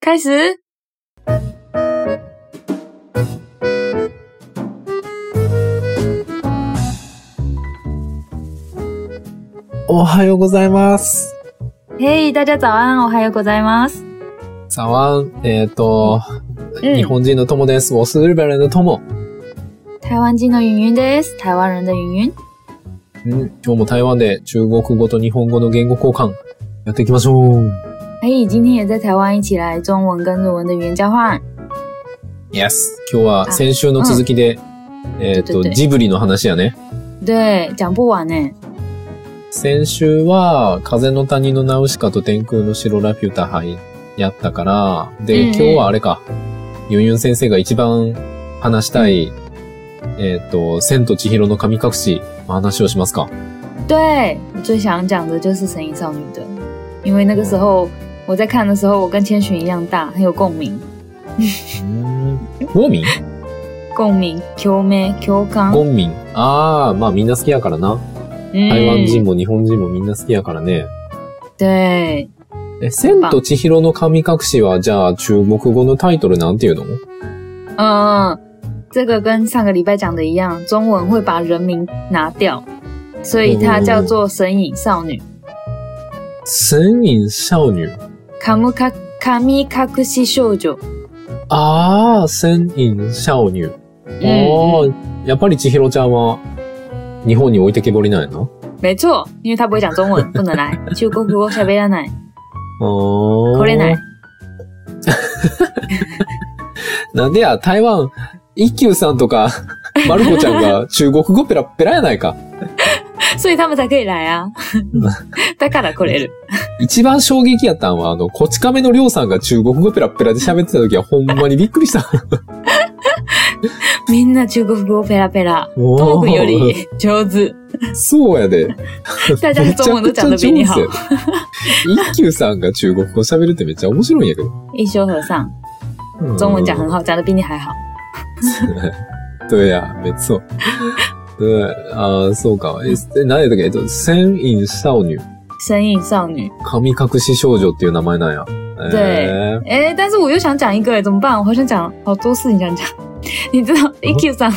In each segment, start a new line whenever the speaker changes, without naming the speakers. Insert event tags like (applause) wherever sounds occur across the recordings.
开始。
おはようございます。
Hey，大家早安，おはようございます。
早安。えっ、と、
嗯
日本人の友です。我是日本人的友。
嗯台湾人的云云です。台湾人的云云。
うん、今日も台湾で中国語と日本語の言語交換やっていきましょう。
嘿，今天也在台湾一起来中文跟日文的语言交换。
Yes。今日は先週の続きで、えっ、
ちょ
と、
っと
ジブリの話やね。
对，讲不完呢。
先週は、風の谷のナウシカと天空の城ラピュタ杯やったから、で、
うんうん
今日はあれか、ユンユン先生が一番話したい、えっ、と、千と千尋の神隠しの話をしますか。
对，我最想讲的就是《神隐少女》的，因为那个时候我在看的时候，我跟千寻一样大，很有共鸣。
うんゴーミン
共鸣、共鳴、共感。
ゴンミン。ああ、まあみんな好きやからな。
嗯
台湾人も日本人もみんな好きやからね。
对，
え、千と千尋の神隠しは、じゃあ中国語のタイトルなんていうの
嗯，这个跟上个礼拜讲的一样，中文会把人名拿掉，所以
哦
它叫做神隐少女。
千人少女。
卡姆卡卡米卡克西秀九，
ああ、千人少女。あ
嗯，
あ、やっぱり千尋ちゃんは、日本に置いてけぼりなんやな。
没错，因为他不会讲中文，不能来。就姑姑小贝拉奶，
あー
来れない。
なんでや、台湾、一休さんとか、 (laughs) まる子ちゃんが中国語ペラッペラやないか。
所以他们才可以来啊。 (laughs) だから来れる。
一番衝撃やったんは、あの、こち亀のりょうさんが中国語ペラッペラで喋ってた時は、ほんまにびっくりした。
みんな中国語ペラペラ。
おー
トークより上手。
そうやで。
大家中文都讲得比你好
めち。ゃくちゃ上手やで一休さんが中国語喋るってめっちゃ面白いんやけど。
一休和尚，
(laughs) うん
中文讲很好，讲得比你还好。
对呀，没错。对啊、そうか。え、え何やったっけえっと、千隠少女、
神隐少女。
神隠し少女っていう名前なんや。え
哎、但是我又想讲一个哎，怎么办？我好想讲好多事情想讲。你知道、一休さん、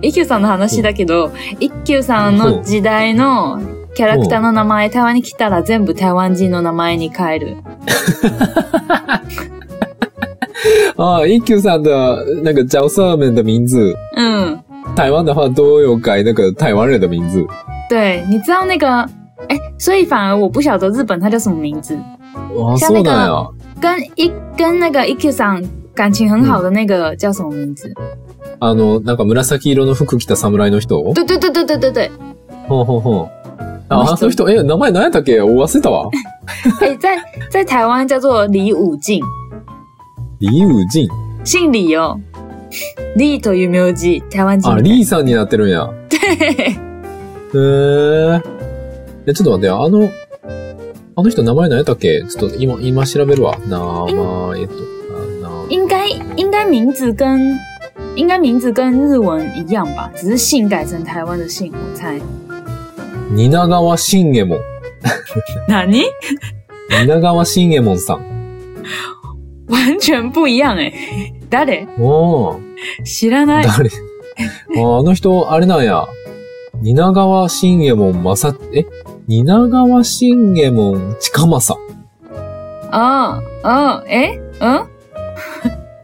一休さんの話だけど、一休さんの時代のキャラクターの名前、台湾に来たら全部台湾人の名前に変える。
ー、あ一休さん的那个角色们的名字，
嗯，
台湾的话都有改那个台湾人的名字。
对，你知道那个，哎、所以反而我不晓得日本它叫什么名字，
あ
像那
そう
个
なんや。
跟一跟那个一休さん感情很好的那个叫什么名字？
あの、なんか紫色の服着た侍の人
对对对对对对对，
ほうほうほう。
あの
あ、あ
人
の人、え、名前何やったっけお忘れたわ。
哎、在在台湾叫做李武进。
李宇仁。
姓李哦，李という名字，台湾人
あ、
みたい。
リーさんになってるんや。へーえ、ちょっと待ってよ、あの、あの人名前何やったっけちょっと今、今調べるわ。名前、えっと、あ
(laughs) 应该应该名字跟应该名字跟日文一样吧，只是姓改成台湾的姓，我猜。
な、蜷川信右衛門。
哪尼？
蜷川信右衛門さん。
完全不一样哎、誰？
おー、
知らない。
誰ああの人、あれなんや。蜷川信右衛門まさ、え蜷川信右衛門近政。
哦哦，哎、嗯，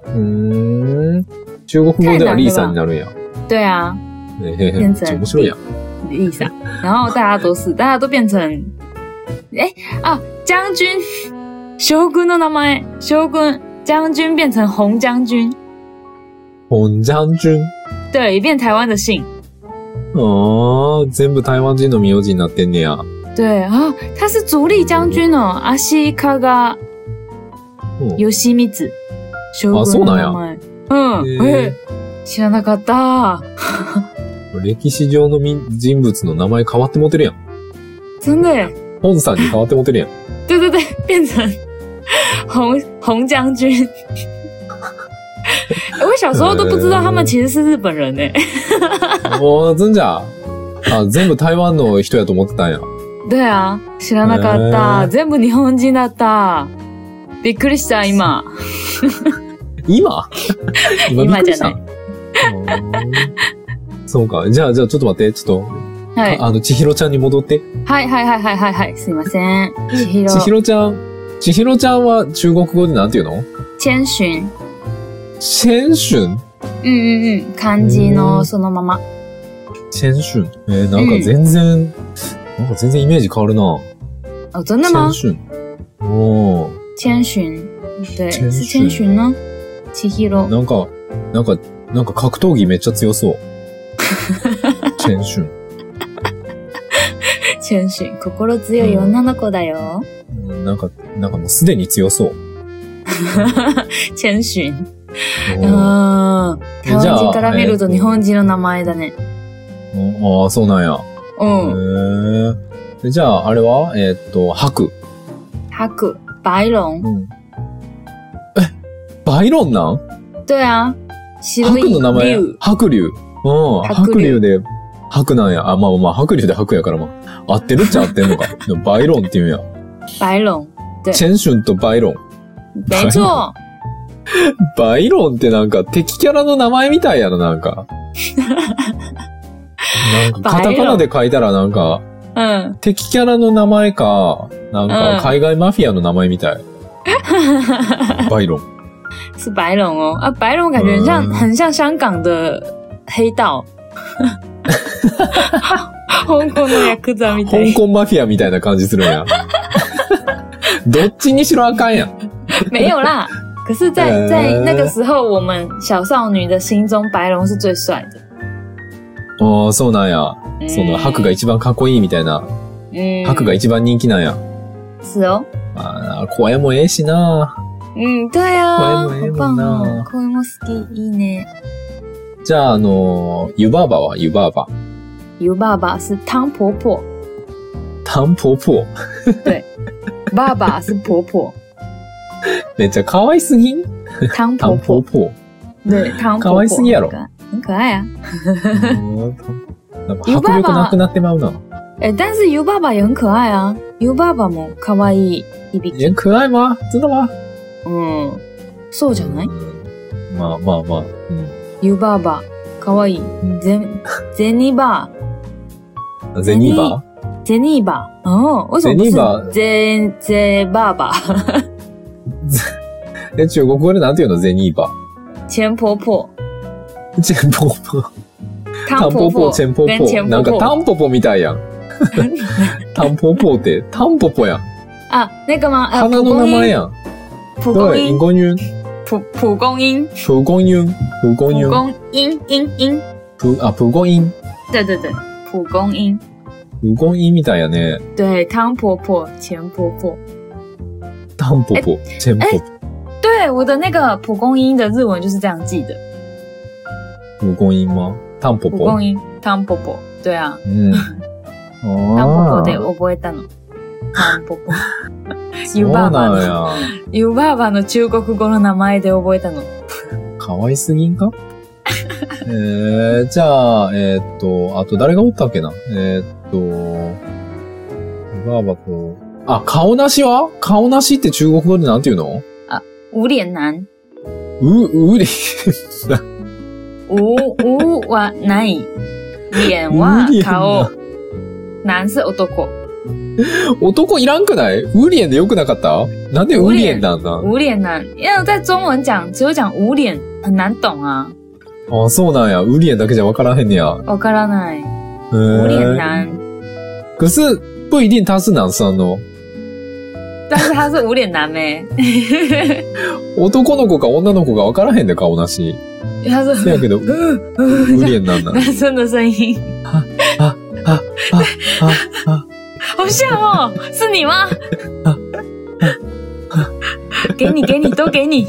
うーん。中国語ではリーさんになるんや。
对啊，
えへへ、め
変
っ
成
ちゃ面白いやん。
意思啊。然后大家都是，大家都变成，哎、啊，将军，将軍の名前，将軍将军变成红将军，
本ジャンジュン。
对，也变台湾的姓。
ああ、全部台湾人の名字になってんねや。
对啊，他是足利将军哦，阿西卡嘎
うん
ヨシミ子。
あそうなんや
や。うん。
へ
え知らなかった。
歴史上のみ人物の名前変わってもてるやん。
真的耶。
本さんに変わってもてるやん。
对对对，变成 (laughs) 红红将军。 (laughs) 我小时候都不知道他们其实是日本人呢。
おー、ずんじゃ。あ、全部台湾の人やと思ってたんや。
对啊，知らなかった。
へー
全部日本人だった。びっくりした、今。
今
今じゃない
びっくりしたうんそうか。じゃあ、じゃあ、ちょっと待って。ちょっと、
はい。
あの、千尋ちゃんに戻って。
はいはいはいはいはいはい。すいません。千尋。
千尋ちゃん、千尋ちゃんは中国語でなんて言うの
チェンシュン。
チェンシュン
うんうんうん。漢字のそのまま。
チェンシュン。えー、なんか全然、なんか全然イメージ変わるな。
哦，真的
チェ
吗
ン？シュン。おー。
千寻，对，
千
是
寻
千寻呢。千尋。
なんか、なんか、なんか格闘技めっちゃ
(laughs)
強そう。チェンシュン
千尋。心強い女の子だよ。
うん。なんか、なんかもうすでに強そう。
千尋。
うん
あー台
じゃ
湾
あ
人から見ると
えーと
日本人の名前だね。
ああ、そうなんや。
うん。
へえ。でじゃあ、あれはえーっと、白。
白、白
う
龍。
ん。え、バイロンなん
对啊。白
白
い
の名前
龍。。
白龍。うん。
白
白
龍
龍で、白なんや。あ、まあまあまあ、白龍で白やからまあ。合ってるっちゃ合ってん
(laughs)
のか。でもバイロンって言うんや。
白龍。え
チェンシュンとバイロン。
没错。
バイロンってなんか敵キャラの名前みたいやな、なんか。なんか、カタカナで書いたらなんか、
うん。
敵キャラの名前か、なん
うん
か海外マフィアの名前みたい。バイロン。
是白龙哦。啊，白龙感觉很像
嗯
很像香港
(laughs)
的黑 (laughs) 道。香港のヤクザみたい
香。港マフィアみたいな感じする
(laughs)
んや。どっちにしろあかんやん。
没有 (laughs) 啦。可是在，在
呃
那个时候，我们小少女的心中，白龙是最帅的。
ああ、そうなんや。
嗯
その、白が一番かっこいいみたいな。
嗯
白が一番人気なんや。
是哦，
ああ、声もええしな。
嗯，对啊，好
声も
棒
ええもん
哦
な，
可爱も好きいいね。
じゃあ、あのー、湯婆婆は湯婆婆。
尤爸爸是汤婆 (laughs) 婆，
タンポポ。
爸爸是婆婆，
めっちゃ可愛すぎん
汤
タ
婆
ン
婆，
ポポ。
对，汤
可
婆
愛す
婆
ぎやろ
很可爱很可爱啊。
うんなんか迫力なくなってまうな。
哎，但是尤爸爸也很可爱啊，尤爸爸も可愛い響き。
え、くらいまずだわ。
嗯，そうじゃない？
うんまあまあまあ。うん
尤爸爸可愛い。 (laughs) ゼゼニバー。
ゼニーバ
ゼニーバー。哦，为什么不
ゼニーバー
是ゼゼ爸 (laughs) 爸、
ーえ、中国語でなんて言うのゼニーバ
钱婆婆、
ー。チェンポポ。タ
汤
ン
婆
ポポ、
婆、
チェンポ
跟钱
ポ。なん
婆
かタ
婆
ンポポみたいやん。 (laughs) タンポポって、タンポポやん。
啊，那个吗？呃，
花
蒲
の
公
名前
英，
やん。
蒲公
对、イン
英，
ゴニュン。
蒲蒲公英，
プゴニュン。プゴニ
蒲
ュン。
公英英英，
プ、あ、プゴイン。
对对对，蒲公英，
プゴインみたいやね。
对，汤婆婆、钱婆婆，
タンポポ、チェンポポ。
对，我的那个蒲公英的日文就是这样记的，
蒲公英吗？タンポ
蒲
ポ。
公英、汤婆婆，对啊，
うん。
汤婆婆
あ
で
あ。
覚えたの。汤婆婆。
(laughs) そ
湯
う
婆婆
なん
の、
や。
湯婆婆の中国語の名前で覚えたの。
かわいすぎんかえー、じゃあ、えーっと、あと誰がおったっけなえーっと、湯婆婆と、あ、顔なしは顔なしって中国語でなんて言うの
无脸男。
う、うり、
无无はない。脸は
無理やな
顔。男是男。
(laughs) 男いらんくないうりえんでよくなかったなんでうりえんなんだ
无脸男。要在中文讲，只有讲无脸，很难懂啊。
あ、そうなんや。うりえんだけじゃわからへんねや。
わからない。
え
无脸
ー、
男，
可是、不一定他是男生の。
但是他是无脸男呗。
男の子か女の子か分からへんで、顔なし。
因为他
せ
是
やけど、 (laughs) う、
嗯
う
嗯
りえんなんだ。
男生的声音，好像哦，是你吗？给你，给你，都给你。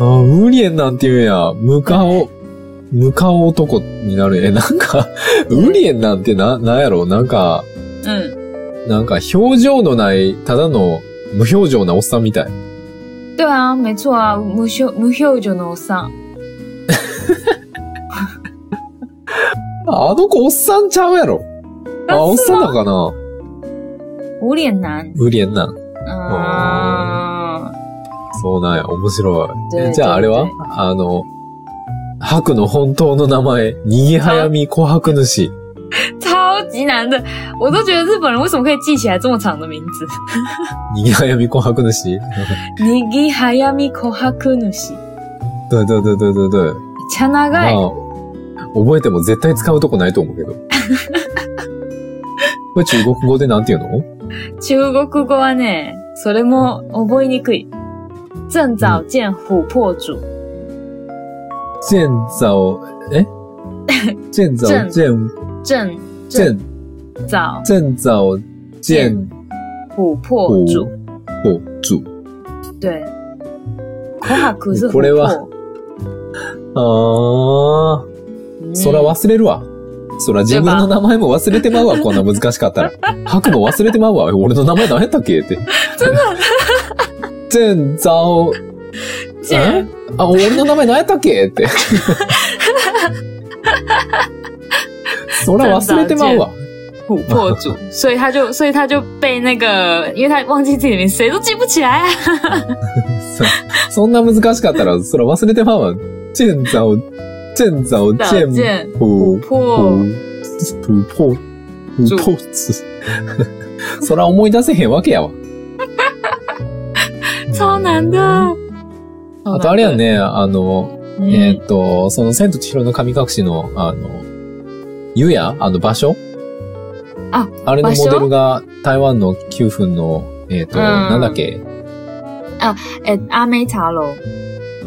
あ、ウリエンなんて言うんや。ムカオ、ムカオ男になる。え、なんか、ウリエンなんてな、なんやろなんか、
嗯，
なんか表情のない、ただの無表情なおっさんみたい。
对啊，没错啊，無表無表情のおっさん。
あの子おっさんちゃうやろ。あ、おっさんだかな
无脸男。
ウリエンなん。
啊。
そうなんや、面白い。
で
えじゃああれは
で
あの、白の本当の名前、にぎはやみ琥珀主。
超级难的，我都觉得日本人为什么可以记起来这么长的名字？ (laughs)
にぎはやみ琥珀主。 (laughs)
尼基哈亚米コハクヌシ，
对对对对对对。
超長
まあ
い。、
覚えても絶対使うとこないと思
(laughs)
うけど。これ中国語でなんて言うの
中国語はね、それも覚えにくい。正早见琥珀主，
建造、え建造、
建
建、
正
建、
早
建造、建、
琥珀主，
こ主。
对。琥珀是琥珀。
これはあー、
嗯
そら忘れるわ。そら自分の名前も忘れてまうわ、こんな難しかったら。白も忘れてまうわ。俺の名前何やったっけって。
啊
全造、
见
あ、俺の名前何やったっけ (laughs) って。そら忘れてまうわ。
琥珀 (laughs) 主，所以他就所以他就被那个，因为他忘记自己的名字，谁都记不起来啊。
そそんな難しかったら、そら忘れてまうわ。全造、全造、
早
全、
见
不
琥珀
不破不破つ。そら思い出せへんわけやわ。
超难的。
あとあれや
ね。
ね、あの、
うん
えーっと、その、千と千尋の神隠しの、あの、湯屋あの場所
あ、
あれの
場所
モデルが台湾の9分の、えーっと、
うん
なんだっけ、
哎、阿妹茶楼，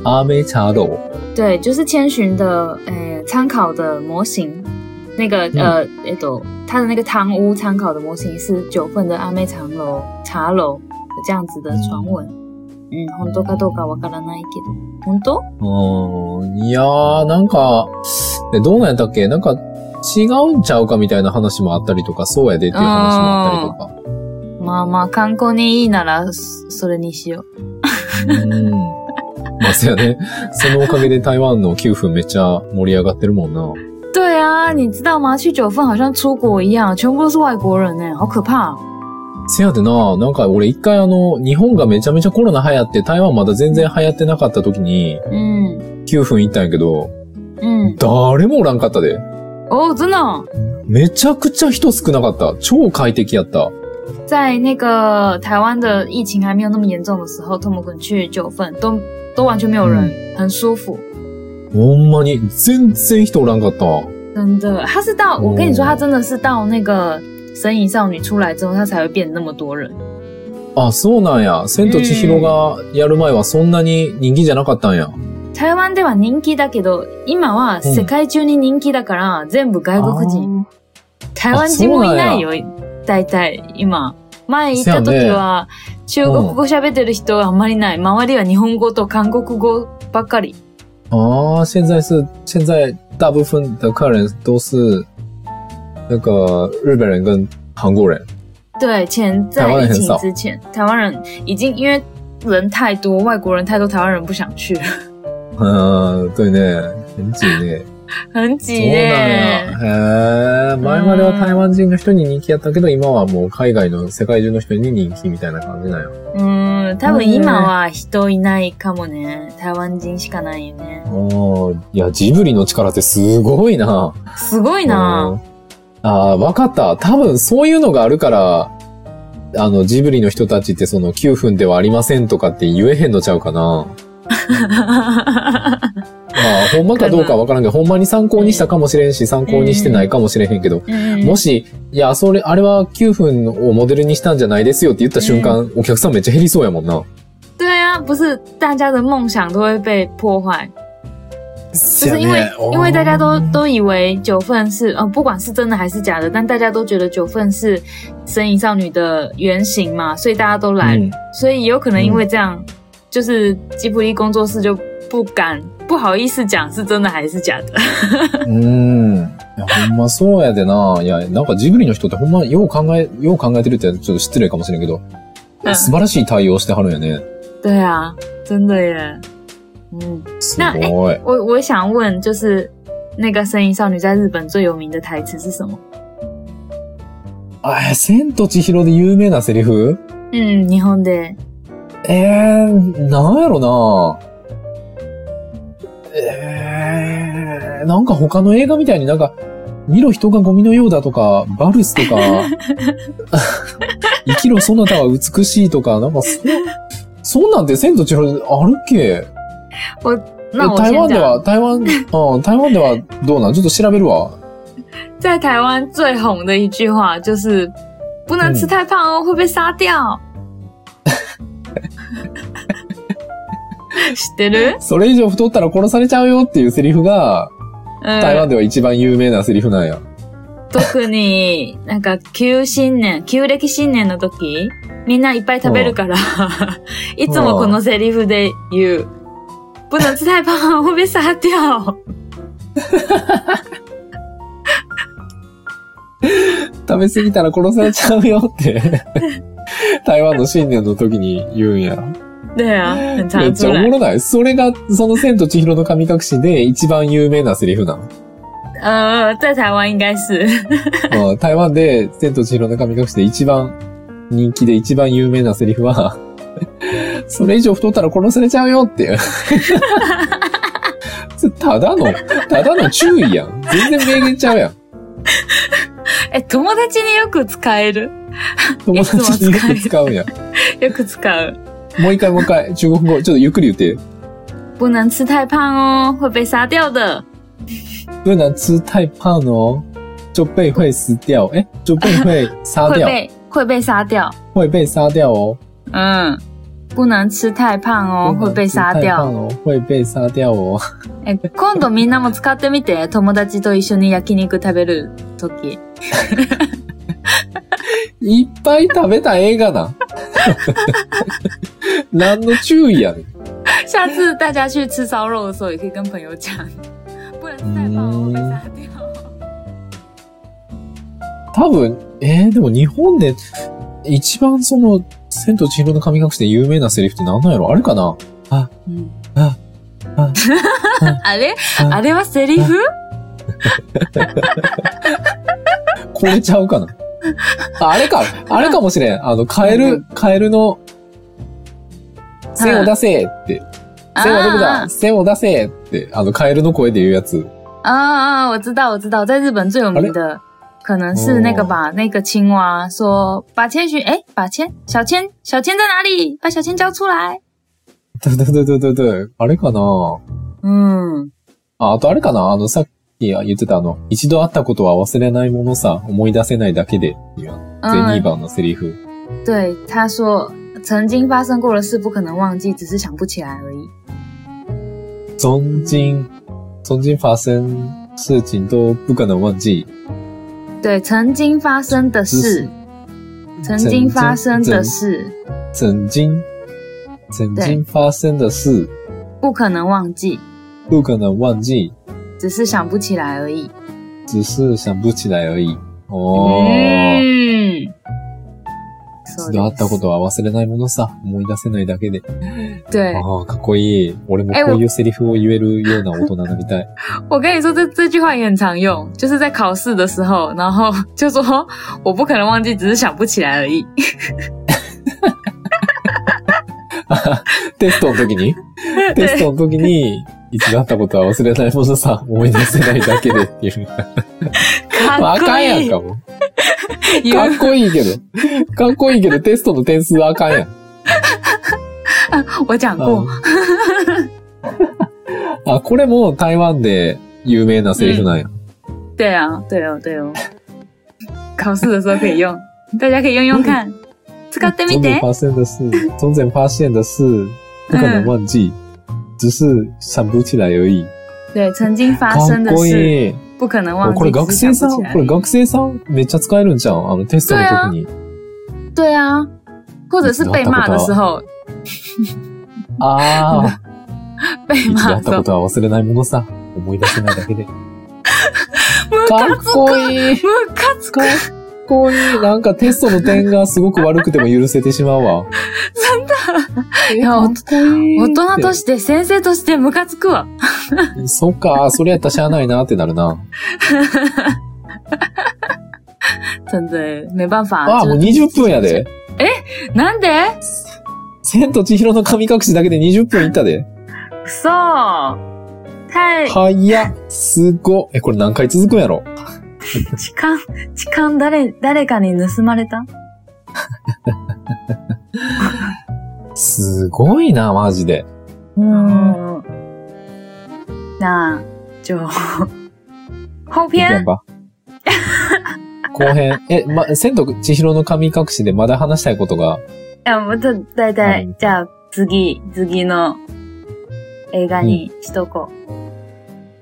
アーメチャーロー。
对，就是千寻的，哎、参考的模型，那个、呃，哎、都他的那个汤屋参考的模型是九份的阿妹茶楼茶楼这样子的传闻。嗯，本当かどうかわからないけど、本当？
うーん、いやー、なんか、えどうなんやったっけなんか、違うんちゃうかみたいな話もあったりとか、そうやでっていう話もあったりとか。
まあまあ観光にいいならそそれにしよう。
うん。まあ、そうやね。そのおかげで台湾の9分めっちゃ盛り上がってるもんな。
对啊，你知道吗？去九份好像出国一样，全部都是外国人呢、好可怕、哦
せやでな、なんか俺一回あの、日本がめちゃめちゃコロナ流行って、台湾まだ全然流行ってなかった時に、
嗯
9分行ったんやけど、
嗯，
誰もおらんかったで。
哦，真的哦、
めちゃくちゃ人少なかった。超快適やった。
在那个台湾的疫情还没有那么严重的时候，托姆滚去九份都都完全没有人，很舒服，
ほんまに、全然人おらんかった。
真的。他是到、
哦
我跟你说，他真的是到那个神隐少女出来之后，他才会变那么多人。
あ、そうなんや。千と千尋がやる前はそんなに人気じゃなかったんや。
台湾では人気だけど、今は世界中に人気だから、全部外国人、台湾人もいないよ。大体今。前行った時は、中国語喋ってる人はあんまりない。周りは日本語と韓国語ばっかり。
啊，现在是现在大部分的客人都是那个日本人跟韩国人。
对，前
台
在疫
湾人很
情
少
之前，台湾人已经因为人太多，外国人太多，台湾人不想去了， (laughs)
嗯，对呢，很挤呢。
很
そう
挤
なんや
耶。。
へえ、前までは台湾人の人に人気やったけど、今はもう海外の世界中の人に人気みたいな感じなんや。
うん、多分今は啊人いないかもね。台湾人しかないよね。
おいや、ジブリの力ってすごいな。
すごい
うん
な。
ああ、わかった。多分そういうのがあるから、あの、ジブリの人たちってその9分ではありませんとかって言えへんのちゃう
(laughs)
かな。まあ、ほんまかどうかわからんけど、ほんまに参考にしたかもしれんし、参考にしてないかもしれへんけど、
うん
もし、いや、それ、あれは9分をモデルにしたんじゃないですよって言った瞬間、お客さんめっちゃ減りそうやもんな。
对啊，不是大家的梦想都会被破坏，就
就是
因为
哦
因为大家都都以为九份是呃，不管是真的还是假的，但大家都觉得九份是身影少女的原型嘛，所以大家都来，
嗯
所以有可能因为这样，就是吉卜力工作室就不敢不好意思讲是真的还是假 (laughs) 的。
うん。いや、ほんまそうやでな。いや、なんかジブリの人ってほんまよう考え、よう考えてるってちょっと失礼かもしれんけど、
うん
素晴らしい対応してはるんやね。
对啊，真的耶。嗯，
す
那え
ごい。
我我想问，就是那个身影少女在日本最有名的台词是什么？
あ、千と千尋で有名なセリフ
嗯，日本で。
えー、なんやろなえー、なんか他の映画みたいになんか、見ろ人がゴミのようだとか、バルスとか、
(laughs)
生きろそなたは美しいとか、なんかそ、そんなんて千と千尋であるっけ
我那我
台
先
湾で
讲，
は、台 (laughs) 湾、うん、台湾ではどうなんちょっと調べるわ。
在台湾最红的一句话就是“不能吃太胖哦，会被杀 (laughs) 掉”。知ってる？
それ以上太ったら殺されちゃうよっていうセリフが、
うん
台湾では一番有名なセリフなんや。
特になんか旧新年、旧暦新年の時、みんないっぱい食べるから、いつもこのセリフで言う。不能吃太胖，会被杀掉。
食べ過ぎたら殺されちゃうよ (laughs) って、台湾の新年の時に言うんや。
对啊，很
め
常
っ (laughs) ち
出
ゃお
来
も。ろない。それが、その千と千尋の神隠しで一番有名なセリフなの。
呃，在台湾应该是。
うん台湾で千と千尋の神隠しで一番人気で一番有名なセリフは、 (laughs) それ以上太ったら殺されちゃうよっていう。 (laughs) それただの、ただの注意やん。全然名言ちゃうやん。
(laughs) え、友達によく使える。
友達によく使うやん。
よく使う。
もう一回もう一回、中国語、ちょっとゆっくり言って。
不能吃太胖哦，会被杀掉的。
不能吃太胖哦，就被会死掉。哎，就被会杀
会
掉，
被会被杀掉。
会被杀掉哦。
嗯，不能吃太胖哦，会被杀
不
掉。
能吃太胖哦，会被杀掉哦。
え、今度みんなも使ってみて、友達と一緒に焼肉食べるとき。
いっぱい食べた映画 (laughs) なん。何の注意やねん。
下次大家去吃烧肉的时候，也可以跟朋友讲，不能吃太胖哦，会被杀掉。
多分、えー、でも日本で一番その、千と千尋の神隠しで有名なセリフって何なんやろあれかな
うん
ああ
あれ
あ
あれはセリフ
これちゃうかなああれか、あれかもしれん。あの、カエ
う
ル、カエルの、背を出せって。背はどこだ
あ
背を出せって、あの、カエルの声で言うやつ。
啊啊！我知道，我知道，在日本最有名的可能是那个吧，那个青蛙说把千寻，哎，把千小千小千在哪里？把小千交出来。
どどどどどどあれかな
嗯，
あ、あとあれかなあの、さっき言ってたあの、一度会ったことは忘れないものさ、思い出せないだけでっていう、ゼ
嗯，
ニーバーのセリフ。
对，他说曾经发生过的事不可能忘记，只是想不起来而已。
存心、存心发生事情都不可能忘记。
对，曾经发生的事，曾经发生的事
曾经、曾经发生的事、
不可能忘记，
不可能忘记、
只是想不起来而已。
只是想不起来而已。おー。
嗯，そうです
一度会ったことは忘れないものさ、思い出せないだけで。
对。
ああ、かっこいい。俺もこういうセリフを言えるような大人になりたい。
我跟你说，这这句话也很常用，就是在考试的时候，然后就说我不可能忘记，只是想不起来而已。
テストの時に (laughs) テストの時に、一度会ったことは忘れないものさ、思い出せないだけでっ
(laughs)
ていう。まあ、
か
あ
っこ
かんや
い
ん
い。
かも。
言
か
う
っこいいけど。かっこいいけど、テストの点数はあかん
(laughs)
やん。
我讲过，
うんあ、これも台湾で有名なセリフなんや。
对啊，对哦，对哦。考试的时候可以用，大家可以用用看。使ってみ
中
て
然。发生的事，中然发现的事，不可能忘记，只是想不起来而已。
对，曾经发
か
生
っ
的
こ
事
いい。
不可能忘
こ
记，
れ学
只是
生さ
想不
ん、
起来
こ。れ学生さんめっちゃ使えるんじゃんあのテストの時に。
对啊，或者是被骂的时候，
ああ。
被
一度
骂的
会っ
时
た
候
こ。とは忘れないものさ。思い出せないだ
(laughs)
けで。か
カ
っこいい。
ムカつく
かっこいい。なんかテストの点がすごく悪くても許せてしまうわ。
いや
かっこいい
大人として先生としてムカつくわ。
そっか、それやったらしゃあないなってなるな。
真的耶没办法。
ああ、
就
もう
是
20分やで。
なんで
千と千尋の神隠しだけで20分いったで。
くそーはい。
早っ。すごっ。え、これ何回続くんやろ
痴漢、痴漢誰、誰かに盗まれた
すごいな、マジで。
うん。なあ、就后篇
ば。後編。え、ま、千と千尋の神隠しでまだ話したいことが、
いや、また、だいた
う
い
ん、
じゃあ、次、次の映画にしとこう。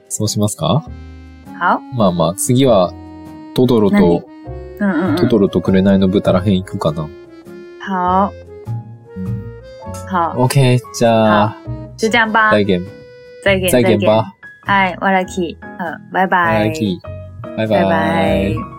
そうしますか
好
まあまあ、次は、トドロと、
うんうんう
ト
ん。
ドロと紅の豚らへん行くかな。
好。好。
オッケー、じゃあ、
就这样吧。
再见、
再见。
再见吧。
嗨，我来 key。嗯，拜拜。
バイバイ。
拜拜。